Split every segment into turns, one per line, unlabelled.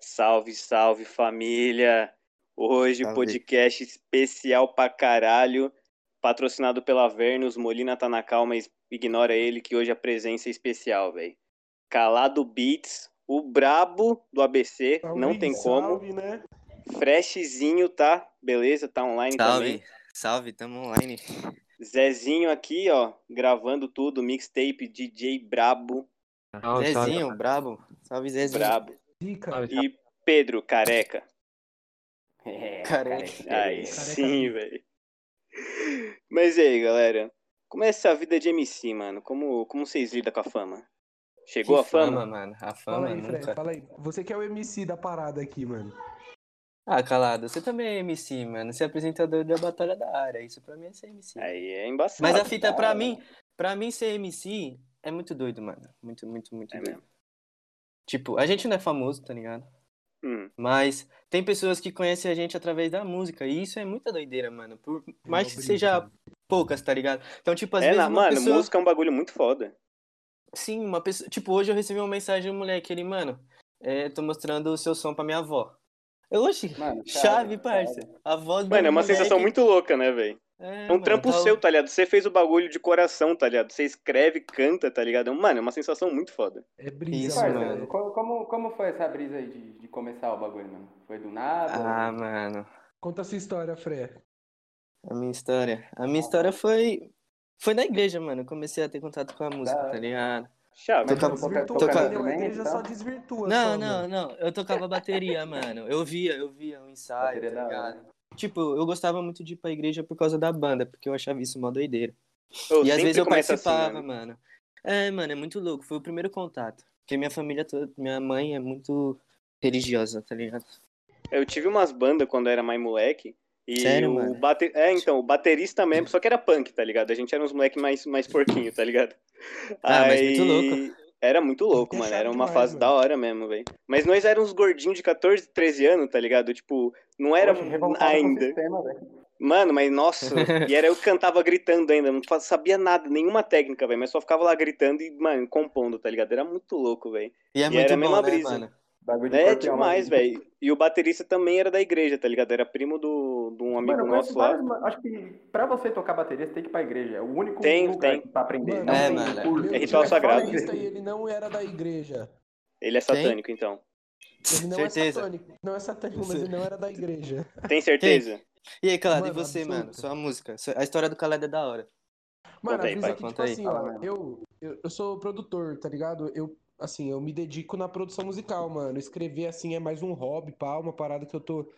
Salve, salve família! Hoje
Salve.
podcast especial pra caralho, patrocinado pela Vernus, Molina tá na calma, es- ignora ele que hoje a presença é especial, velho. Calado Beats, o brabo do ABC, não tem como.
É Salve, né?
Freshzinho tá, beleza, tá online também.
Salve, salve, tamo online.
Zezinho aqui, ó, gravando tudo, mixtape, DJ brabo,
Salve, salve.
Zezinho, brabo. Salve, Zezinho.
brabo.
Dica.
Salve,
E Pedro Careca. É,
Careca.
Aí
Careca.
sim, velho. Mas e aí, galera? Como é essa vida de MC, mano? Como, como vocês lidam com a fama?
Que
Chegou a fama?
mano. A fama né,
Fala aí, Fred,
nunca.
fala aí. Você que é o MC da parada aqui, mano.
Ah, calado, você também é MC, mano. Você é apresentador da Batalha da Área. Isso pra mim é ser MC.
Aí é embaçado.
Mas a fita, pra
cara.
mim, pra mim ser MC é muito doido, mano. Muito, muito, muito
É
doido. Tipo, a gente não é famoso, tá ligado?
Hum,
Mas tem pessoas que conhecem a gente através da música. E isso é muita doideira, mano. Por mais que
brinco.
seja poucas, tá ligado? Então, tipo, às
é,
vezes.
na,
uma
mano,
pessoa...
música é um bagulho muito foda.
Sim, uma pessoa. Tipo, hoje eu recebi uma mensagem de um moleque, ele, mano, é, tô mostrando o seu som pra minha avó. Eu, oxi,
Mano,
chave, parça. A voz do
Mano, é uma
moleque-
sensação muito louca, né, velho? É
É,
um
mano,
trampo
tá-
seu, tá ligado? Você fez o bagulho de coração, tá ligado? Você escreve, canta, tá ligado? Mano, é uma sensação muito foda.
É brisa,
Isso,
mano.
mano.
Parça, co- como, como foi essa brisa aí de, de começar o bagulho, mano? Foi do nada?
Ah, mano.
Conta a sua história, Fred.
A minha história. A minha história foi. Foi na igreja, mano. Eu comecei a ter contato com a música, tá ligado?
Chave.
Tocar-
desvirtua,
tocar-
entendeu? A igreja
tá?
só
então?
desvirtua.
Não,
só,
não,
mano.
não. Eu tocava bateria, mano. Eu via, eu via o ensaio,
Bateria
tá
da hora.
ligado? Tipo, eu gostava muito de ir pra igreja por causa da banda, porque eu achava isso uma doideira.
Ô,
E às
sempre
vezes eu
começa assim,
participava,
mano.
mano. É, mano, é muito louco. Foi o primeiro contato. Porque minha família toda, minha mãe é muito religiosa, tá ligado?
Eu tive umas bandas quando eu era mais moleque. E
Sério,
o
mano?
bate- É, então, o baterista mesmo, só que era punk, tá ligado? A gente era uns moleques mais, mais porquinho, tá ligado?
Ah, mas
Aí-
muito louco.
Era muito louco,
É
mano.
chato
Era uma
demais,
fase
mano.
da hora mesmo, velho. Mas nós éramos gordinhos de 14, 13 anos, tá ligado? Tipo, não era
Poxa, revoltado com o
ainda.
sistema, velho.
Mano, mas nossa. e era eu que cantava gritando ainda. Não fa- sabia nada, nenhuma técnica, velho. Mas só ficava lá gritando e, mano, compondo, tá ligado? Era muito louco, velho.
E é
E
muito
era a
bom,
mesma
né,
brisa.
mano?
Bagulho de
É
corpião,
demais,
mano.
velho. E o baterista também era da igreja, tá ligado? Era primo do, de um amigo
Mano, eu conheço
nosso lá.
vários, mano, acho que pra você tocar bateria, você tem que ir pra igreja. É o único
Tem,
lugar
tem.
pra aprender.
Mano,
Não
é,
tem
mano,
curso,
Meu
É ritual
tio
sagrado.
paulista E ele não era da igreja.
Ele é
Tem?
satânico, então.
Ele não
Certeza.
é satânico. Não é satânico, mas ele não era da igreja.
Tem certeza?
E aí, Calado, e
Mano,
você,
absoluta.
mano? Sua música? Sua- A história do Calado é da hora.
Mano,
Conta aí,
a brisa
pai,
é que,
conta
tipo
aí.
assim,
Fala
ó,
mesmo.
eu, eu, eu sou produtor, tá ligado? Eu, assim, eu me dedico na produção musical, mano. Escrever, assim, é mais um hobby, pá, uma parada que eu tô,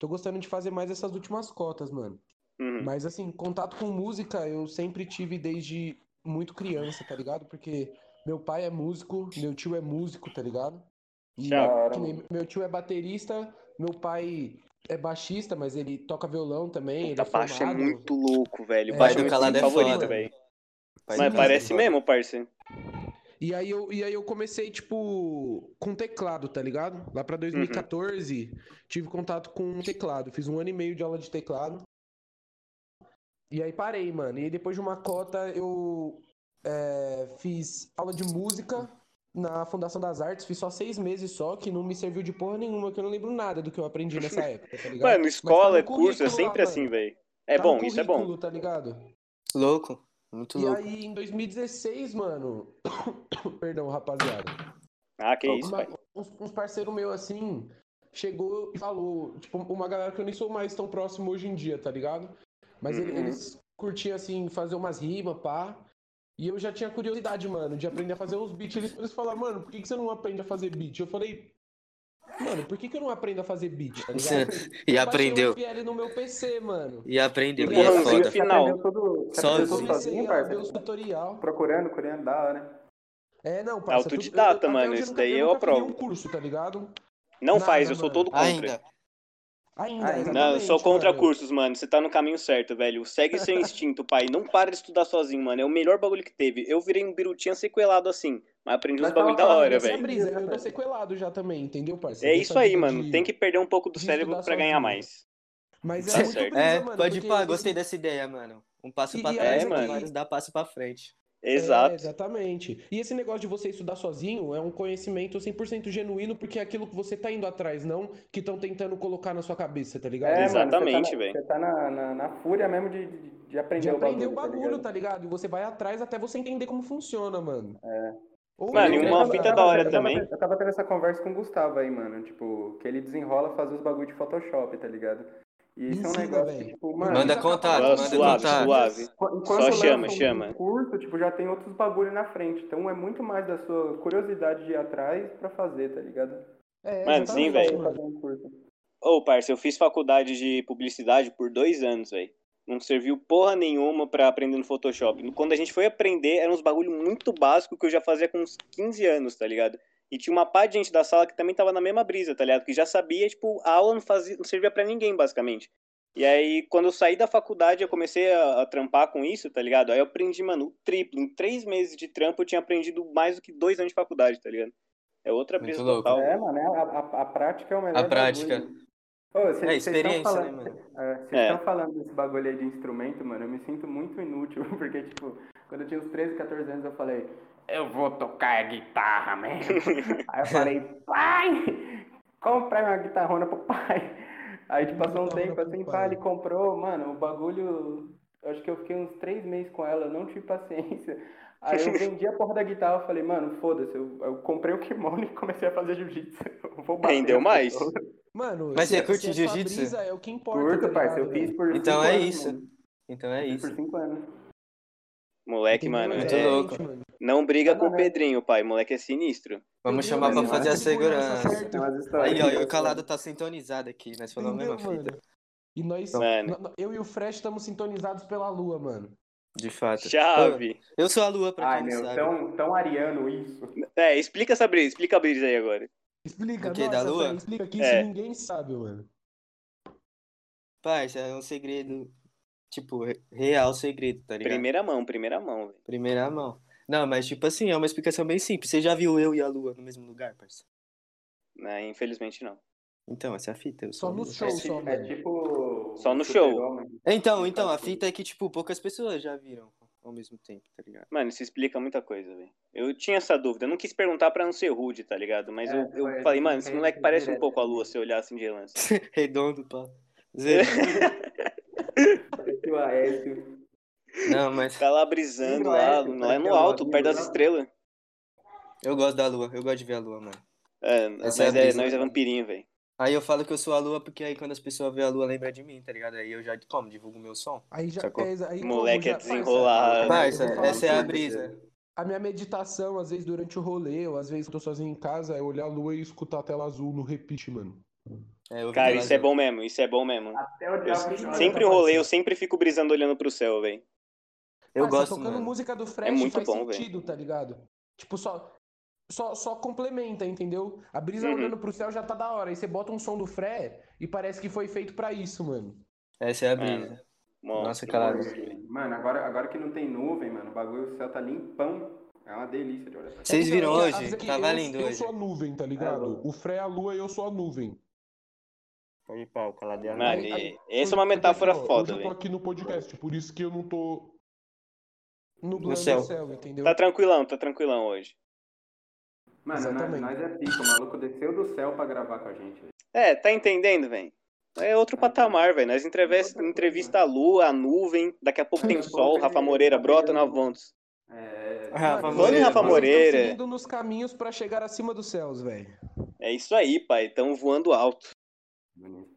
tô gostando de fazer mais essas últimas cotas, mano.
Uhum.
Mas, assim, contato com música eu sempre tive desde muito criança, tá ligado? Porque meu pai é músico, meu tio é músico, tá ligado? E
Chave.
Da hora,
que nem-
mano.
meu tio é baterista, meu pai é baixista, mas ele toca violão também. ele
Puta, baixo é
formado.
muito louco, velho.
É,
Baixo é
do
meu
Calado
time
é
favorito,
foda.
velho. Mas
Pai do Calado é
parece
foda.
mesmo, parceiro.
E aí, eu, e aí eu comecei, tipo, com teclado, tá ligado? Lá pra 2014, tive contato com um teclado. Fiz um ano e meio de aula de teclado. E aí parei, mano. E aí depois de uma cota, eu é, fiz aula de música na Fundação das Artes. Fiz só seis meses só, que não me serviu de porra nenhuma, que eu não lembro nada do que eu aprendi nessa época, tá ligado?
Mano, escola, é
Mas tá no
curso, é
currículo
sempre
lá,
assim,
mano.
velho. É
Tá no
bom, isso é bom. é
currículo, Tá ligado?
Louco. Muito
E
louco.
aí, em 2016, mano. Perdão, rapaziada.
Ah, que isso,
Uma-
pai.
É um uns, uns parceiros meus assim chegou e falou, tipo, uma galera que eu nem sou mais tão próximo hoje em dia, tá ligado? Mas ele-
Uhum.
eles curtiam assim, fazer umas rimas, pá. E eu já tinha curiosidade, mano, de aprender a fazer uns beats. Eles, eles falaram, mano, por que, que você não aprende a fazer beat? Eu falei, mano, por que, que eu não aprendo a fazer beat, tá ligado?
E
Eu baixei
aprendeu.
um FL no meu PC, mano.
E aprendeu. E é
Empurrãozinho
foda.
Você
final.
aprendeu tudo, você aprendeu tudo
Sozinho.
Comecei
sozinho,
a ver os
parça?
tutorial.
Procurando, curando, da hora. né?
É, não, parça. tudo- eu-
Autodidata,
até
mano,
hoje
isso
nunca-
daí eu
nunca fiz
aprovo.
nenhum curso, tá ligado?
Não
Nada,
faz, eu sou
mano.
todo contra.
Ainda.
Ainda,
Ainda.
Não, eu sou
exatamente,
contra
mano.
cursos, mano. Você tá no caminho certo, velho. Segue seu instinto, pai. Não para de estudar sozinho, mano. É o melhor bagulho que teve. Eu virei um birutinha sequelado assim, mas aprendi uns
Mas tava
bagulho da
falando
hora,
dessa
velho.
Essa brisa, eu tô sequelado já também, entendeu, parceiro?
É isso aí, mano. Tem que perder um pouco do
de
cérebro
estudar
pra ganhar
sozinho.
mais.
Mas é
Tá
muito
certo.
brisa,
É,
mano,
pode ir
porque
pá.
eu-
Gostei dessa ideia, mano. Um passo
É,
E-
pra
e
trás,
aí,
mano.
mano.
dá passo pra frente.
Exato.
É, exatamente. E esse negócio de você estudar sozinho é um conhecimento 100% genuíno, porque é aquilo que você tá indo atrás, não que estão tentando colocar na sua cabeça, tá ligado?
É,
mano,
Exatamente,
você tá na-
velho.
Você tá na, na, na fúria mesmo de, de, de aprender
De
o bagulho.
aprender o bagulho,
tá
tá ligado? E você vai atrás até você entender como funciona, mano. É. Ou né?
Mano, e
ligado?
uma
Eu tava-
fita
eu tava-
da hora
eu tava-
também.
Eu tava tendo essa conversa com o Gustavo aí, mano. Tipo, que ele desenrola fazer os bagulho de Photoshop, tá ligado? E isso é um
Ensina,
negócio que,
velho.
tipo, mano.
Manda contato,
Suave,
manda
suave,
contato.
suave.
Enquanto
Só
lança
chama,
um
chama.
curso, tipo, já tem outros bagulho na frente. Então é muito mais da sua curiosidade de ir atrás pra fazer, tá ligado?
É,
Mano,
exatamente,
sim, velho.
mano.
Fazer um curso.
Ô, parça, eu fiz faculdade de publicidade por dois anos, velho. Não serviu porra nenhuma pra aprender no Photoshop. Quando a gente foi aprender, eram uns bagulho muito básico que eu já fazia com uns 15 anos, tá ligado? E tinha uma pá de gente da sala que também tava na mesma brisa, tá ligado? Que já sabia, tipo, a aula não, fazia, não servia pra ninguém, basicamente. E aí, quando eu saí da faculdade, eu comecei a, a trampar com isso, tá ligado? Aí eu aprendi, mano, o triplo. Em três meses de trampo, eu tinha aprendido mais do que dois anos de faculdade, tá ligado? É outra
Muito
brisa
louco.
total.
É, mano, é- a, a, a prática é o melhor.
A prática.
bagulho. Ô, cês-
É,
cês tão
experiência, né,
falando-
mano?
É, Vocês
É.
estão falando desse bagulho aí de instrumento, mano, eu me sinto muito inútil, porque, tipo, quando eu tinha uns 13, 14 anos, eu falei, eu vou tocar a guitarra, man. aí eu falei, pai, compra uma guitarrona pro pai. Aí, tipo, passou um
Guitarrona
tempo,
pro
assim,
pai.
pai, ele comprou, mano, o bagulho, eu acho que eu fiquei uns 3 meses com ela, eu não tive paciência. Aí eu vendi a porra da guitarra, eu falei, mano, foda-se, eu, eu comprei o kimono e comecei a fazer jiu-jitsu. Eu Vou bater
Rendeu
nas
mais.
pessoas.
Mano,
Mas
se-
você curte
se essa
jiu-jitsu?
brisa É o que importa.
Curto,
tá
parceiro, eu
ligado, velho?
fiz por
Então
cinco
é
anos,
isso.
mano.
Então é
Fiz
isso.
Por 5 anos.
Moleque, mano,
Entendeu?
muito
é,
louco.
Exatamente, mano.
Não briga com o
Mano,
né?
é-
Pedrinho, pai. Moleque é sinistro.
Vamos
Entendeu?
chamar pra
Mas
Mano,
fazer a
essa segurança
segurança.
certa,
Tem umas histórias
Aí, ó,
que-
e o calado tá sintonizado aqui, nós falamos a
Entendeu,
mesma fita.
mano? E nós,
Mano.
no- eu e o Fresh estamos sintonizados pela lua, mano.
De fato.
Chave.
Ô, Eu sou a lua, pra
Ai,
quem não
meu, então
sabe.
tão, tão ariano isso.
É, explica essa brisa, explica a brisa aí agora.
Explica,
O quê, da
nossa,
lua?
Fresh, explica que
É.
isso ninguém sabe, mano.
Parça, é um segredo, tipo, re- real segredo, tá ligado?
Primeira mão, primeira mão, velho.
Primeira mão. Não, mas tipo assim, é uma explicação bem simples. Você já viu eu e a lua no mesmo lugar, parça?
Né, Infelizmente não.
Então, essa é a fita. Eu
Só
sou a
no
lua.
show,
é, tipo-
só,
é
mano.
tipo.
Só no
Super
show.
Homem.
Então, então, a fita é que, tipo, poucas pessoas já viram ao mesmo tempo, tá ligado?
Mano, isso explica muita coisa, velho. Eu tinha essa dúvida. Eu não quis perguntar pra não ser rude, tá ligado? Mas
É,
eu, eu
foi-
falei, mano, esse
foi-
moleque
foi
parece um
direto.
pouco a lua se eu olhar assim de relance.
Redondo, pá. Zero.
Tipo, ah, é esse-
Não, mas
Tá lá brisando
Não
lá,
é,
lá
cara,
no
aquela
alto,
lua,
perto das
não.
estrelas.
eu gosto da lua, eu gosto de ver a lua, mano.
É, mas
Essa é a
é,
brisa,
nós é
né?
vampirinho, velho.
Aí eu falo que eu sou a lua porque aí quando as pessoas veem a lua lembra de mim, tá ligado? Aí eu já, como, divulgo meu som.
Aí já
Sacou?
é, aí como
Moleque
já-
é desenrolado.
Parça,
eu vou falar
essa é a
uma coisa.
brisa.
A minha meditação, às vezes durante o rolê, ou às vezes eu tô sozinho em casa, é olhar a lua e escutar a tela azul no repeat, mano.
É, eu vi
Cara,
pela
isso é
lua.
bom mesmo, isso é bom mesmo.
Ah,
Até o
Eu
diabo
tá.
chora.
sempre um rolê, eu sempre fico brisando olhando pro céu, velho.
Eu
Ah, tá
gosto,
tocando
mano.
música do Fresh
É muito
faz
bom,
sentido, tá ligado? Tipo, só, só, só complementa, entendeu? A brisa
Uhum.
olhando pro céu já tá da hora. Aí você bota um som do Fre e parece que foi feito pra isso, mano.
Essa é a
Mano,
brisa.
Monstro,
Nossa, cara.
monstro, véi.
Mano, agora, agora que não tem nuvem, mano, o bagulho, o céu tá limpão. É uma delícia de olhar pra
Vocês
Então,
viram
é que-
hoje?
é que
Tá
eu-
valendo
Eu
hoje.
sou a nuvem, tá ligado?
louco.
o Fre é a lua e eu sou a nuvem.
Pode pau, calado
Mano,
Aí- aí-
e- essa é uma metáfora
Hoje eu tô-
foda,
Hoje eu
velho.
tô aqui no podcast, por isso que eu não tô nublando
No
o
céu.
céu, entendeu?
Tá tranquilão, tá tranquilão hoje.
Mano, nós,
Exatamente.
nós é pico, o maluco desceu do céu pra gravar com a gente. velho.
É, tá entendendo, velho? É outro patamar, velho. Nós entrevista, entrevista a lua, a nuvem, daqui a pouco tem
Daqui a
sol,
pouco
Rafa
ele-
Moreira
tá
brota, nós
pegando-
vamos.
É.
Rafa
Mano,
Moreira.
Rafa
mano.
Moreira.
Vocês estão seguindo nos caminhos pra chegar acima dos céus, velho.
É isso aí, pai. Tão voando alto.
bonito.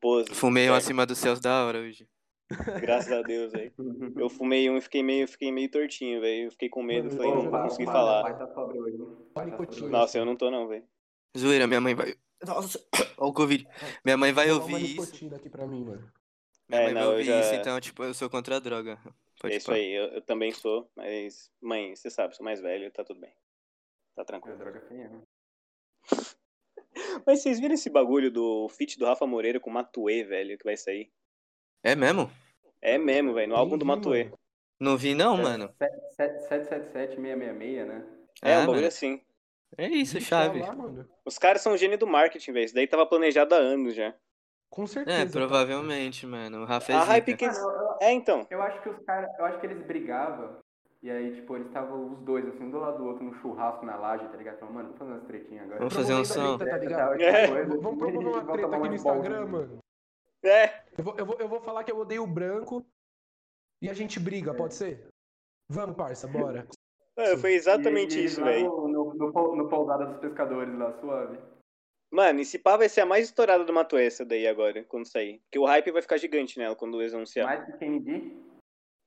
Pose.
Fumei um
É,
acima dos céus da hora hoje.
Graças a Deus, velho. Eu fumei um e fiquei meio, fiquei meio tortinho, velho. Eu Fiquei com medo,
Mano,
falei, não
ô,
vou
pai,
conseguir
pai,
falar.
Pai tá pobre hoje. hein? Pai tá
Paricotinho.
pobre hoje.
Nossa, eu não tô não, velho.
Zoeira, minha mãe vai. Nossa, olha o Covid. Minha mãe vai
Vou dar uma
ouvir isso.
nicotina aqui pra mim, mano.
Minha
É,
mãe vai
não, eu
ouvir
já-
isso, então, tipo, eu sou contra a droga. Pode
É isso
pá.
aí, eu, eu também sou, mas. Mãe, você sabe, sou mais velho, tá tudo bem. Tá
É
tranquilo.
droga feia, né?
Mas vocês viram esse bagulho do feat do Rafa Moreira com o Matuê, velho, que vai sair?
É mesmo?
É mesmo, velho, no álbum do
vi,
Matuê.
mano.
Não vi, não, mano.
777-666, né?
É,
Ah,
um bagulho
mano.
assim.
É isso,
Vi
chave.
falar, Tá mano.
Os caras são um gênio do marketing, velho. Isso daí tava planejado há anos já.
Com certeza.
É,
tá?
provavelmente, mano. O Rafa é
A
zica.
hype que.
Mano, eu- eu-
É, então.
Eu acho que os caras, eu acho que eles brigavam E aí, tipo, eles estavam os dois, assim, um do lado do outro, no churrasco, na laje, tá ligado? Falando, mano, vamos fazer umas tretinhas agora.
Vamos fazer um som.
Tá ligado?
É,
É.
Vamos promover uma treta
um
aqui no Instagram, mano.
É,
Eu vou, eu, vou, eu vou falar que eu odeio o branco e a gente briga,
É.
pode ser? Vamos, parça, bora.
mano, foi exatamente isso, velho.
No, no, no, pou- no pousada dos pescadores lá, suave.
Mano, e se pá vai ser a mais estourada do Matuê essa daí agora, quando sair. Porque o hype vai ficar gigante nela quando eles anunciar.
Mais que Kennedy.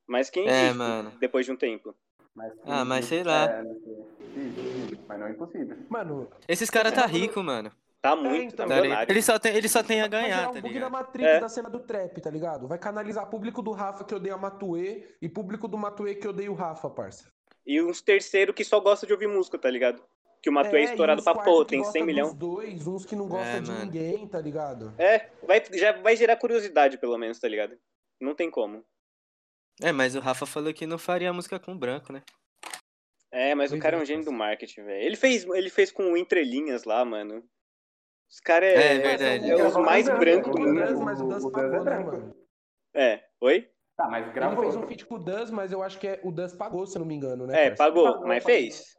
Mas quem
É,
diz,
mano.
depois de um tempo?
mais que
Ah, mas
Kennedy.
sei lá.
É, não sei. Difícil, mas não é impossível.
Mano,
Esses caras tá rico, mano.
Tá muito, tá
então,
Tá ligado?
milionário.
Ele só tem, ele só tem a
vai gerar
ganhar,
um
tá
bug na
ligado?
Matrix
É.
da cena do trap, tá ligado? Vai canalizar público do Rafa que odeia Matuê e público do Matuê que odeia o Rafa, parça.
E uns terceiro que só gosta de ouvir música, tá ligado? Que o Matuê é,
e
estourado
uns
pra
quarto
porra,
que
tem
gosta
100 milhões.
Dos dois, uns que não gostam
É,
de
mano.
ninguém, tá ligado?
É, vai, já vai gerar curiosidade, pelo menos, tá ligado? Não tem como.
É, mas o Rafa falou que não faria música com branco, né?
É, mas o
Pois
cara é
é,
um gênio do
parça.
marketing, velho. Ele fez, ele fez com o entrelinhas lá, mano. Os caras
É,
é,
verdade.
é os mais
Não,
brancos
né?
não,
do
não,
mundo.
não, não,
Mas o Dance
O Dance
pagou,
é
né,
branco.
mano?
É, oi?
Tá, mas
Ele
gravou.
fez um feat com o Dance, mas eu acho que é, o Dance pagou, se eu não me engano, né?
É,
parça?
pagou,
Pagou,
mas
pagou.
fez.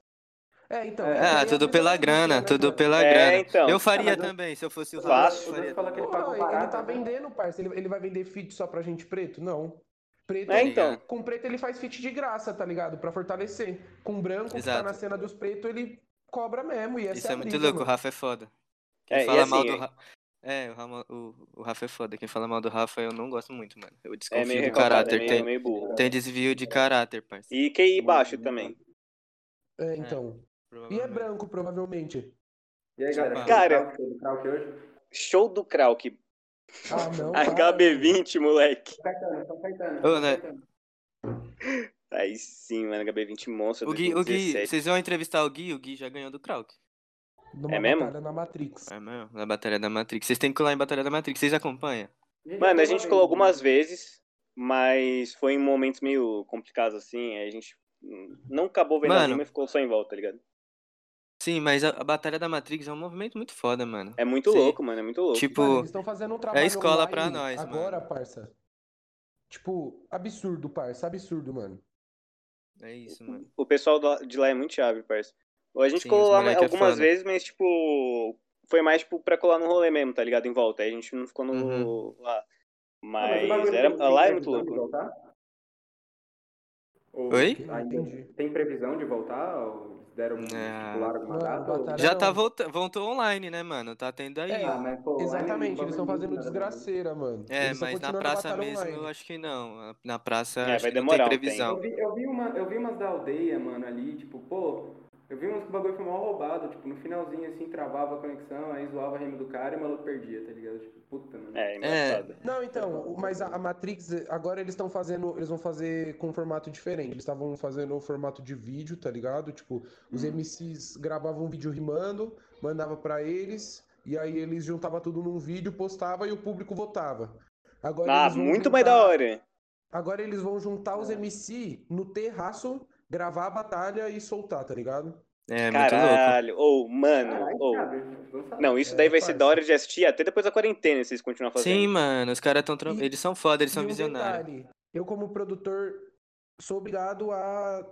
É, então.
É,
essa
Ah,
aí é a
tudo
primeira
pela
música,
grana,
né,
tudo
mano?
pela
É,
grana.
então.
Eu faria
Tá, mas eu-
também, se eu fosse o
Fácil.
Rafa, eu
O Dance
faria.
falou que ele
Pô,
pagou
ele- ele
barato,
tá
né?
vendendo, parça. Ele, ele vai vender feat só pra gente preto? Não. Preto,
É,
ligado?
então.
Com preto ele faz feat de graça, tá ligado? Pra fortalecer. Com branco, que tá
Exato.
na cena dos pretos, ele cobra mesmo. E essa
Isso
é,
é
a
muito
briga,
louco, o
mano.
Rafa é foda. Quem
É, e
fala
assim,
mal do
é-
Rafa. É, o, Rama- o- o Rafa é foda. Quem fala mal do Rafa eu não gosto muito, mano. Eu desconfio
É meio
do
recalcado, é
caráter.
meio,
tem,
meio burro.
tem desvio de caráter, parceiro.
E QI baixo também.
É, então. E é branco, provavelmente.
E aí, galera?
Cara-
fez o karaokê hoje?
Show do Krauk.
Ah, não. para.
HB20, moleque.
São Caetano, São Caetano.
Ô, né?
São Caetano.
Aí sim, mano, HB20 monstro.
O Gui, o Gui,
2017.
vocês vão entrevistar o Gui, o Gui já ganhou do Krauk.
Numa
É mesmo?
batalha na Matrix.
É mesmo? Na Batalha da Matrix. Vocês têm que colar em Batalha da Matrix, vocês acompanham?
Mano, a
eu
gente
tô
colou
bem.
algumas vezes, mas foi em momentos meio complicados assim. aí a gente hum, não acabou vendo a
Mano.
anime e ficou só em volta, tá ligado?
Sim, mas a, a Batalha da Matrix é um movimento muito foda, mano.
É muito
Sim.
louco, mano. É muito louco.
Tipo,
Mano, eles estão fazendo um trabalho
escola
online
pra nós, mano.
agora, parça. Tipo, absurdo, parça. Absurdo, mano.
é isso, mano.
O pessoal do- de lá é muito chave, parça. A gente
Sim,
colou
os
lá
moleque é
algumas
foda.
vezes, mas, tipo, foi mais, tipo, pra colar no rolê mesmo, tá ligado? Em volta. Aí a gente não ficou no...
Uhum.
lá.
Ah, mas
Mas
o bagulho
era,
tem
lá é muito
previsão né, de
louco.
voltar? Ou-
Oi?
Ah, entendi. Tem previsão de voltar? Ou eles deram um
Ah,
estipularam alguma
mano,
data? ou-
batalha-
Já
não.
tá voltando, voltou online, né, mano? Tá tendo aí.
É,
Ah,
ó.
mas, pô, online
Exatamente,
não
eles estão
vai
fazendo
nada, né?
desgraceira, mano.
É,
Eles tão
mas na
continuando a
praça
batalha
mesmo
online.
eu acho que não. Na praça
É,
acho
vai
que não
demorar um
tem previsão.
Eu vi, eu, vi uma, eu vi umas da aldeia, mano, ali, tipo, pô, eu vi umas que o bagulho foi mal roubado, tipo, no finalzinho, assim, travava a conexão, aí zoava a rima do cara e o maluco perdia, tá ligado? Tipo, puta, mano.
É, engraçado.
Não, então, o- mas a, a Matrix, agora eles estão fazendo, eles vão fazer com um formato diferente. Eles estavam fazendo o formato de vídeo, tá ligado? Tipo, os
Uhum.
MCs gravavam um vídeo rimando, mandava pra eles, e aí eles juntavam tudo num vídeo, postava e o público votava. Agora
ah,
eles vão
muito mais da
juntar-
hora.
É
Agora eles vão juntar os MC no terraço, gravar a batalha e soltar, tá ligado?
É, muito louco.
Caralho. Ou, mano.
Caralho,
ou.
cara, vamos falar.
Não, isso
É,
daí vai ser
parça.
da hora de assistir até depois da quarentena, se vocês continuam fazendo.
Sim, mano, os caras tão. tram-
E-
Eles são foda, eles são
E um
visionários.
detalhe, eu como produtor sou obrigado a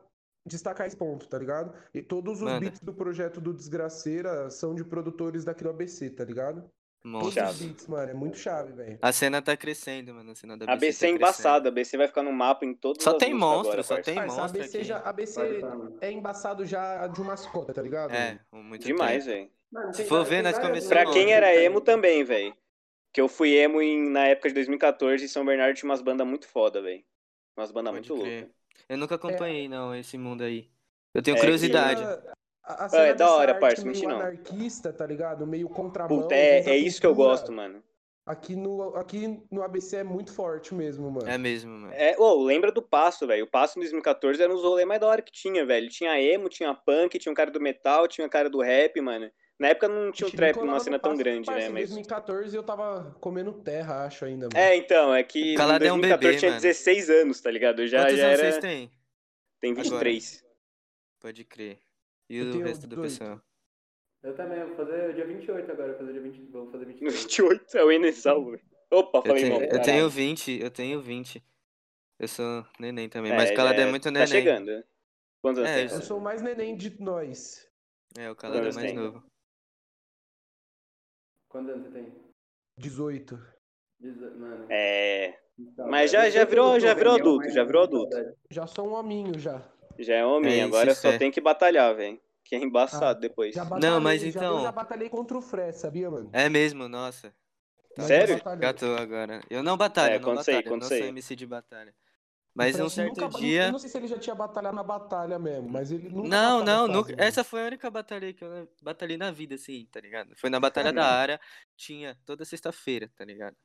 destacar esse ponto, tá ligado? E todos os
Manda.
beats do projeto do Desgraceira são de produtores daqui do ABC, tá ligado? Todos
Monstro.
Chave.
os beats, mano, é muito chave, velho.
A cena tá crescendo, mano. A cena da
A BC é
tá
embaçada, a BC vai ficar no mapa em todos
Só tem monstro, só tem
Parça,
monstro
ABC
aqui.
já
Pode
ABC
falar, mano.
é embaçado já de umas cotas, tá ligado?
É, muito
Demais,
tempo.
velho.
Mano,
Se
tem
for
várias-
ver,
tem
nós
várias né?
começamos
Tipo, bandas
Pra
Não,
quem
não,
era
que tem-
emo também, velho. Que eu fui emo em- na época de 2014 em São Bernardo tinha umas bandas muito foda, velho. Umas bandas
Pode
muito
crer.
loucas.
Eu
É.
nunca acompanhei, não, esse mundo aí. Eu
É
tenho
que-
curiosidade.
A, a cena
é da
dessa
hora,
arte
parça,
meio
mente não.
anarquista, tá ligado? Meio contramão.
Puta, é,
contra
é
a
isso que eu
cultura.
gosto, mano.
Aqui no, aqui no ABC é muito forte mesmo, mano.
É mesmo, mano.
É, ô, lembra do Passo, velho. O Passo em 2014 era um dos rolês mais da hora que tinha, velho. Tinha emo, tinha punk, tinha um cara do metal, tinha um cara do rap, mano. Na época não tinha o
Ixi,
trap
Nicolau
numa
não
cena tão
passa.
grande,
Parça,
né?
Em
Mas...
2014 eu tava comendo terra, acho ainda. Mano.
É, então, é que em
Calado é um
2014
bebê,
tinha
mano.
16 anos, tá ligado? Eu já,
Quantos
já
anos
era...
vocês têm?
Tem 23.
Pode crer. E
Eu
o
tenho
resto do
18.
pessoal?
Eu também, eu vou fazer dia 28 agora, eu vou fazer dia 20, vou fazer 23.
28 é o Enesal, velho. Opa,
Eu
falei
tenho,
mal.
eu
caralho.
tenho 20, eu tenho 20. Eu sou neném também,
É,
mas calado é,
já-
muito
Tá
neném.
chegando. Quantos anos
É,
tem?
eu
Eu sou o mais neném de nós.
É, o Calado é
Quantos
mais
tem?
novo.
Quantos anos você tem?
18.
Dezo- Mano.
É,
então,
mas
velho,
já-
eu
já
sei que
virou-
eu sou
já virou
velhão,
adulto,
mas
já
eu
virou
sou
adulto.
velho.
Já sou um hominho já.
já é homem,
É,
agora
isso
só
é.
tem que batalhar, velho. Que é
Ah,
embaçado depois.
Já batalhei,
mas
já-
então-
Eu já batalhei contra o Fre, sabia, mano?
É mesmo, nossa.
Mas
Sério?
eu batalhei.
Gatou agora. Eu não batalho,
É,
eu não
conta isso aí,
batalho. eu
conta
não
isso
sou
aí.
MC de batalha. Mas
O
um
Fre
certo
nunca-
dia.
Eu não sei se ele já tinha batalhado na batalha mesmo, mas ele nunca.
Não,
batalhou
não,
sozinho.
nunca. Essa foi a única batalha que eu batalhei na vida, assim, tá ligado? Foi na Batalha da Área, tinha toda sexta-feira, tá ligado?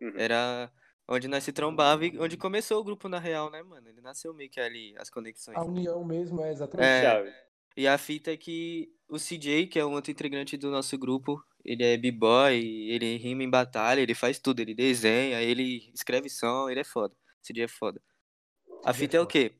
Uhum.
Era onde nós se trombava e onde começou o grupo na real, né, mano? Ele nasceu meio que ali, as conexões.
A união mesmo, é exatamente.
É.
Chave.
E a fita é que o CJ, que é um outro integrante do nosso grupo, ele é b-boy, ele rima em batalha, ele faz tudo, ele desenha, ele escreve som, ele é foda. CJ é foda. A
CJ é
fita é o
foda.
quê?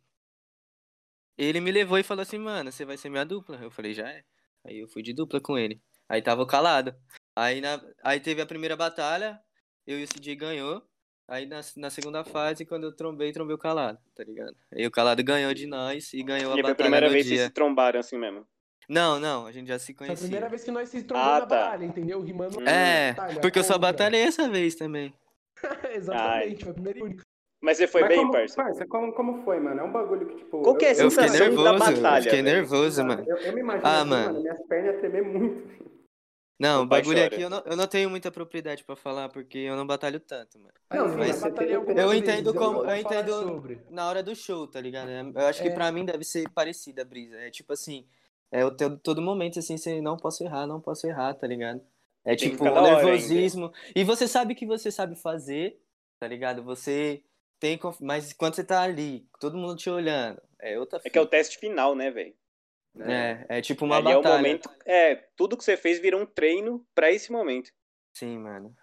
Ele me levou e falou assim, mano, você vai ser minha dupla. Eu falei, já é. Aí eu fui de dupla com ele. Aí tava o calado. Aí, na... Aí teve a primeira batalha, eu e o CJ ganhou. Aí na, na segunda fase, quando eu trombei, trombei o calado, tá ligado? Aí o calado ganhou de nós e ganhou a
E foi é
batalha
a primeira
no
vez que
dia.
vocês se trombaram assim mesmo.
Não, não, a gente já se
Foi é a
conhecia.
primeira vez que nós se trombamos
Ah,
na
tá.
batalha, entendeu? Rimando
Hum.
É,
batalha
porque eu só
contra.
batalhei essa vez também.
Hum,
Exatamente, foi a primeira e única.
Mas você foi
Mas
bem,
como,
parça?
como, como foi, mano? É um bagulho que, tipo.
Qual que é a
eu-
Eu fiquei
sensação da
nervoso,
batalha,
eu fiquei
velho.
nervoso, mano.
Eu, eu me imagino,
Ah,
assim,
mano.
mano. minhas pernas iam tremer muito.
Não,
Meu
o
pai
bagulho
chora.
aqui eu não, eu não tenho muita propriedade pra falar, porque eu não batalho tanto, mano.
Não, sim,
mas-
mas
batalhei
eu,
algumas
eu
vezes,
entendo como-
vou
eu
falar
entendo-
sobre.
Na hora do show, tá ligado? Eu acho que
É.
pra mim deve ser parecida a brisa. É tipo assim, é eu tenho todo momento assim, você não posso errar, não posso errar, tá ligado? É
Tem que
tipo
ficar da hora ainda.
nervosismo. E você sabe que você sabe fazer, tá ligado? Você tem. conf- Mas quando você tá ali, todo mundo te olhando, é outra
É que é o
fita.
teste final, né, velho?
É, é tipo uma
Ali é o
batalha.
momento. É, tudo que você fez vira um treino pra esse momento.
Sim, mano.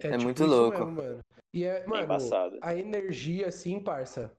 É,
É muito
isso
louco.
mesmo, mano. E é, mano,
embaçado.
a energia, assim, parça,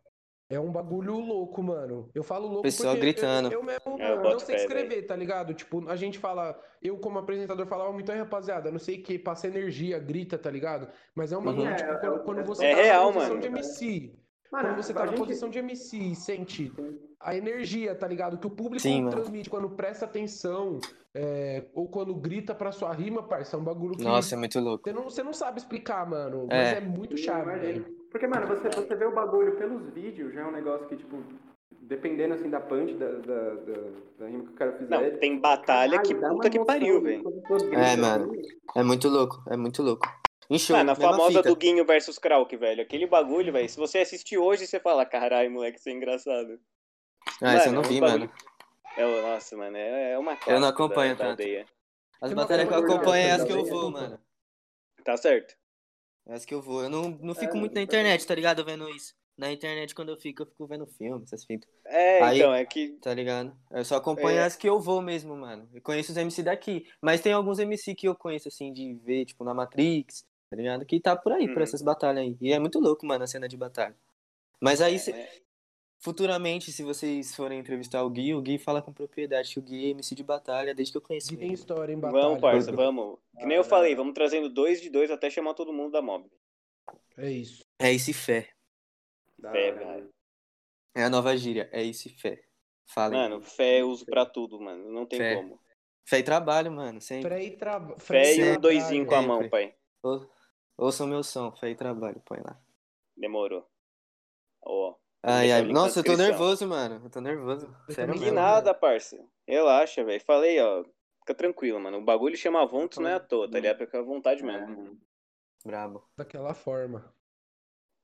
é um bagulho louco, mano. Eu falo louco
Pessoal
porque eu-
gritando.
Eu, mesmo,
É, eu
mano,
boto
não sei
fé,
escrever, tá ligado? Tipo, a gente fala, eu como apresentador falava muito, aí, rapaziada, não sei o que, passa energia, grita, tá ligado? Mas é um bagulho,
Uhum.
tipo,
É,
quando,
é-
quando
é-
você
é
tá
real,
na posição
mano.
de MC,
Mano,
quando você tá
a
na
gente-
posição de MC e sente a energia, tá ligado? Que o público
Sim, mano.
transmite quando presta atenção é, ou quando grita pra sua rima, parça, é um bagulho que
Nossa, é muito louco.
você não, você não sabe explicar, mano,
É.
mas é muito chave,
Imagina.
velho.
Porque, mano, você, você vê o bagulho pelos vídeos, já é um negócio que, tipo, dependendo, assim, da punch, da, da, da, da rima que o cara fizer... tipo,
Não, tem batalha
caralho,
que
dá uma
puta que
emoção,
pariu,
né?
velho.
Quando todo mundo
É,
grita,
mano.
assim,
É muito louco, é muito louco. Em show,
Mano, a
mesma
Ah, famosa
fita.
do Guinho versus Krauk, velho. Aquele bagulho, velho. Se você assistir hoje, você fala, caralho, moleque, isso é engraçado.
Ah, isso
Mano,
eu não
é um
vi,
bagulho
mano.
É, o- nossa, mano, é é uma
Eu não
clássica
acompanho
da, da
tanto.
aldeia.
As
Você não
batalhas que eu
acompanha
acompanho é
nada,
as que eu
também,
vou,
né?
mano.
Tá certo.
É as que eu vou. Eu não, não fico
É,
muito na
eu
internet, tá ligado? Vendo isso. Na internet, quando eu fico, eu fico vendo filme, essas fitas,
É,
Aí-
então, é que.
tá ligado? Eu só acompanho
É.
as que eu vou mesmo, mano. Eu conheço os MC daqui. Mas tem alguns MC que eu conheço, assim, de ver, tipo, na Matrix, tá ligado? Que tá por aí, por
Uhum.
essas batalhas aí. E é muito louco, mano, a cena de batalha. Mas aí, cê-
é,
futuramente, se vocês forem entrevistar o Gui, o Gui fala com propriedade que o Gui é MC de batalha desde que eu conheço
Que
ele.
tem história em batalha.
Vamos, parça,
mano.
vamos. Que nem eu falei, vamos trazendo dois de dois até chamar todo mundo da mob.
É isso.
É esse fé.
da
Fé,
hora,
velho.
É a nova gíria. É esse fé. Fala. aí.
Mano, fé eu uso pra tudo, mano. Não tem
Fé.
como.
Fé e trabalho, mano. Sempre.
Fé e é trabalho.
Fé e
Sempre.
um doisinho com a mão,
Sempre.
pai.
Ou- Ouça o meu som. Fé e trabalho. Põe lá.
Demorou. Ó.
Ai,
deixar
ai.
o link
Nossa,
na
eu tô
descrição.
nervoso, mano. Eu tô nervoso. Sério
também.
Que
mesmo.
nada, parça. Relaxa, velho. Falei, ó. Fica tranquilo, mano. O bagulho chama Vontos não é à toa, tá ligado? Fica à vontade
É,
mesmo.
mano.
Brabo.
Daquela forma.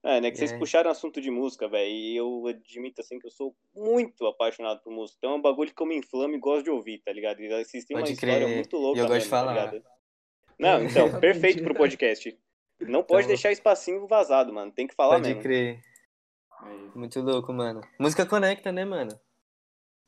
É, né? Que vocês
É.
puxaram assunto de música, velho. E eu admito, assim, que eu sou muito apaixonado por música. Então é um bagulho que eu me inflamo e gosto de ouvir, tá ligado? E vocês têm uma
Pode
história
crer.
muito louca
E eu gosto
mesmo,
de
tá
falar.
ligado? Não, então, perfeito pro podcast. Não pode
Então-
deixar espacinho vazado, mano. Tem que falar
Pode
mesmo.
crer.
É isso.
Muito louco, mano. Música conecta, né, mano?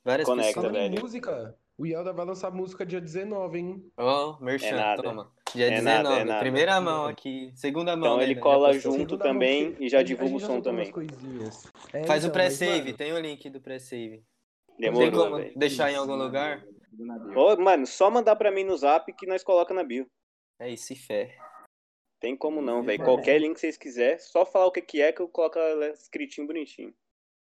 Várias
Conecta,
pessoas.
Falando em
velho.
música, o Yelda vai lançar música dia 19, hein?
Ó, merchan.
É nada.
Toma. Dia
É
19.
nada, é nada.
Primeira mão aqui. Segunda mão.
Então
né,
ele
já
cola
postou.
junto.
Segunda
também
mão,
e já
a gente-
divulga
a gente
o
já
som
soltou umas
também.
coisinhas. É,
Faz
então,
o pré-save.
mas,
Tem o link do pré-save. Tem
Demorou,
como
velho.
deixar em algum lugar?
Tudo na bio.
Ô, mano, só mandar pra mim no zap que nós coloca na bio.
É esse fé.
Tem como não,
Sim,
velho.
mano.
Qualquer link que vocês quiserem, só falar o que que é que eu coloco lá escritinho bonitinho.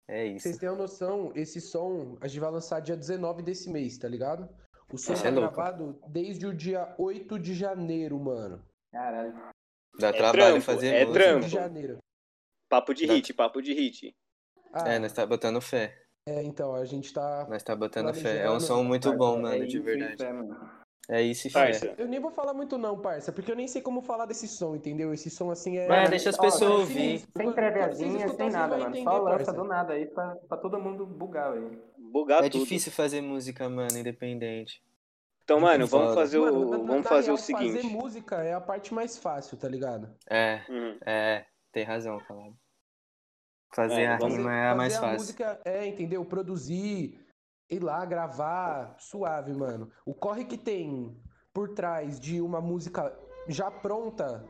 É isso.
Vocês têm uma noção, esse som a gente vai lançar dia 19 desse mês, tá ligado? O som
Isso
tá
é louco.
gravado desde o dia 8 de janeiro, mano.
Caralho.
Dá
É
trabalho
trampo,
fazer
é
música.
8
trampo.
de janeiro.
Papo de
Dá-
hit, papo de hit.
Ah,
É,
é,
nós tá botando fé.
então, a gente tá.
Nós tá botando
Planejando,
fé. É um som muito bom, mano,
é
de
isso,
verdade.
isso é, mano.
É isso e fé.
Parça,
Eu nem vou falar muito, não, parça, porque eu nem sei como falar desse som, entendeu? Esse som assim é.
Mano, deixa as
ó,
pessoas
sem-
ouvir.
Sem
Vocês
préviazinha,
escutar,
sem
vocês
nada,
vão
mano.
entender,
Só lança
parça.
do nada aí pra, pra todo mundo bugar, velho.
bugar
É
tudo.
difícil fazer música, mano, independente.
Então, mano,
Foda.
vamos fazer o,
Mano, na- na-
vamos
na
fazer o
real, Fazer
seguinte.
música é a parte mais fácil, tá ligado?
É,
Uhum.
é, tem razão, calado. Fazer
É,
a
vamos-
rima é a mais
fazer
fácil.
música é, entendeu? Produzir, ir lá, gravar, suave, mano. O corre que tem por trás de uma música já pronta.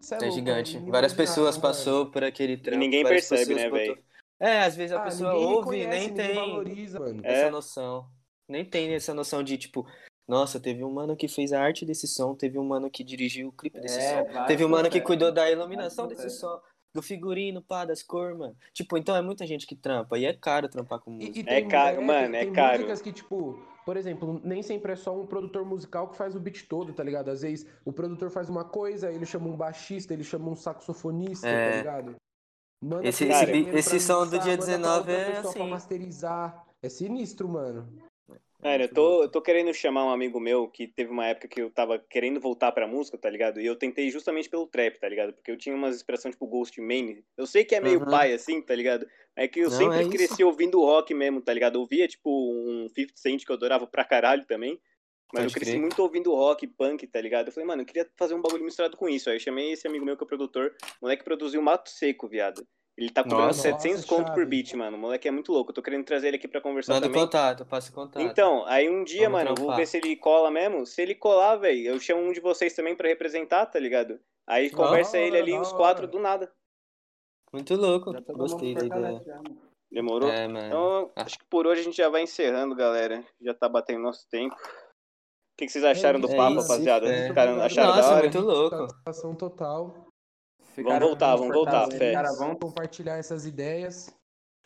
cê
É
louco,
gigante.
inimaginável,
Várias pessoas
mano.
passou por aquele trampo.
ninguém
várias
percebe,
pessoas
né,
botou-
véi?
É, às vezes a
Ah,
pessoa
ninguém
ouve e
conhece,
nem
ninguém
tem
valoriza, mano.
É.
essa noção. Nem tem essa noção de, tipo, nossa, teve um mano que fez a arte desse som, teve um mano que dirigiu o clipe
É,
desse
É,
som,
vários
teve um mano que
processos.
né?
cuidou da iluminação
Vários
desse
processos.
som, do figurino, pá, das cores, mano. Tipo, então é muita gente que trampa e é caro trampar com música.
E- e
É caro, mano, é
tem
caro.
músicas que, tipo, por exemplo, nem sempre é só um produtor musical que faz o beat todo, tá ligado? Às vezes o produtor faz uma coisa, ele chama um baixista, ele chama um saxofonista,
É.
tá ligado? Manda
Esse-
pro
esse
primeiro
bi- esse
pra
som do
mixar,
dia
manda pra
19
outra
é
pessoa pra
assim.
masterizar. É sinistro, mano.
Cara,
Tipo,
eu tô, eu tô querendo chamar um amigo meu que teve uma época que eu tava querendo voltar pra música, tá ligado? E eu tentei justamente pelo trap, tá ligado? Porque eu tinha umas expressões tipo Ghost Man. Eu sei que é meio
Aham.
pai assim, tá ligado? É que eu
Não,
sempre
é isso.
cresci ouvindo rock mesmo, tá ligado? Eu ouvia tipo um 50 Cent que eu adorava pra caralho também. Mas eu
Pode
cresci
crer.
muito ouvindo rock, punk, tá ligado? Eu falei, mano, eu queria fazer um bagulho misturado com isso. Aí eu chamei esse amigo meu que é produtor, o moleque produziu Mato Seco, viado. Ele tá cobrando
Nossa.
700
Nossa,
conto por
chave.
beat, mano. O moleque é muito louco. Eu tô querendo trazer ele aqui pra conversar
Manda o
também.
contato, passa o contato.
Então, aí um dia,
Tá, Vamos
mano, vou
trampar.
ver se ele cola mesmo. Se ele colar, velho, eu chamo um de vocês também pra representar, tá ligado? Aí
Da
conversa
hora,
ele ali,
da
os
hora.
quatro do nada.
Muito louco,
tá
Já todo
gostei né,
mundo
da ideia.
fortalece já, mano.
Demorou?
É, mano.
Então,
Ah.
acho que por hoje a gente já vai encerrando, galera. Já tá batendo nosso tempo. O que, que vocês acharam do
É
papo,
isso,
rapaziada?
é.
Ficaram, acharam da
Nossa,
hora?
muito louco.
Satisfação total.
Esse
Vamos
cara-
voltar, vamos voltar,
Esse
fé.
cara, vamos-
compartilhar essas ideias.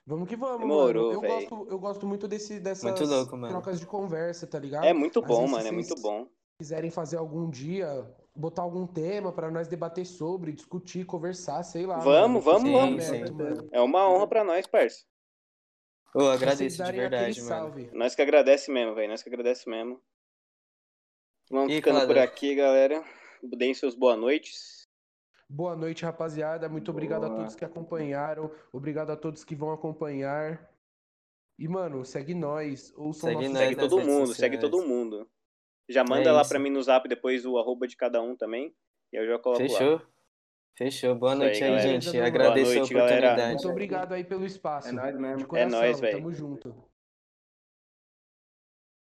Vamos que vamos,
Demorou,
mano. Eu
véi.
gosto, eu gosto muito desse, dessas
Muito louco, mano.
trocas de conversa, tá ligado?
É muito
Às
bom,
vezes
mano, é
vocês-
muito bom.
quiserem fazer algum dia, botar algum tema pra nós debater sobre, discutir, conversar, sei lá.
Vamos, vamos,
Fica
vamos.
aberto,
Sim,
mano.
É uma
Uhum.
honra pra nós, parça.
Eu
Pra vocês
agradeço de
darem
verdade,
aquele
mano.
salve.
Nós que agradece mesmo, velho. Nós que agradece mesmo. Vamos
E aí,
ficando por
Caladão?
aqui, galera. Deem seus boa noites.
Boa noite, rapaziada. Muito obrigado a
Boa.
todos que acompanharam. Obrigado a todos que vão acompanhar. E, mano, segue nós. Ouçam
Segue
nossos
nós né?
Segue
nas
todo
é redes
mundo,
sociais.
segue todo mundo. Já manda
É
lá
isso.
pra mim no zap depois o arroba de cada um também. E eu já coloco lá.
Fechou? Fechou. Boa
Isso
noite
aí,
aí,
galera.
gente.
Boa
Agradeço
noite,
a
galera.
oportunidade.
Muito obrigado aí pelo espaço.
É nóis mesmo.
De coração,
nóis, véi.
tamo junto.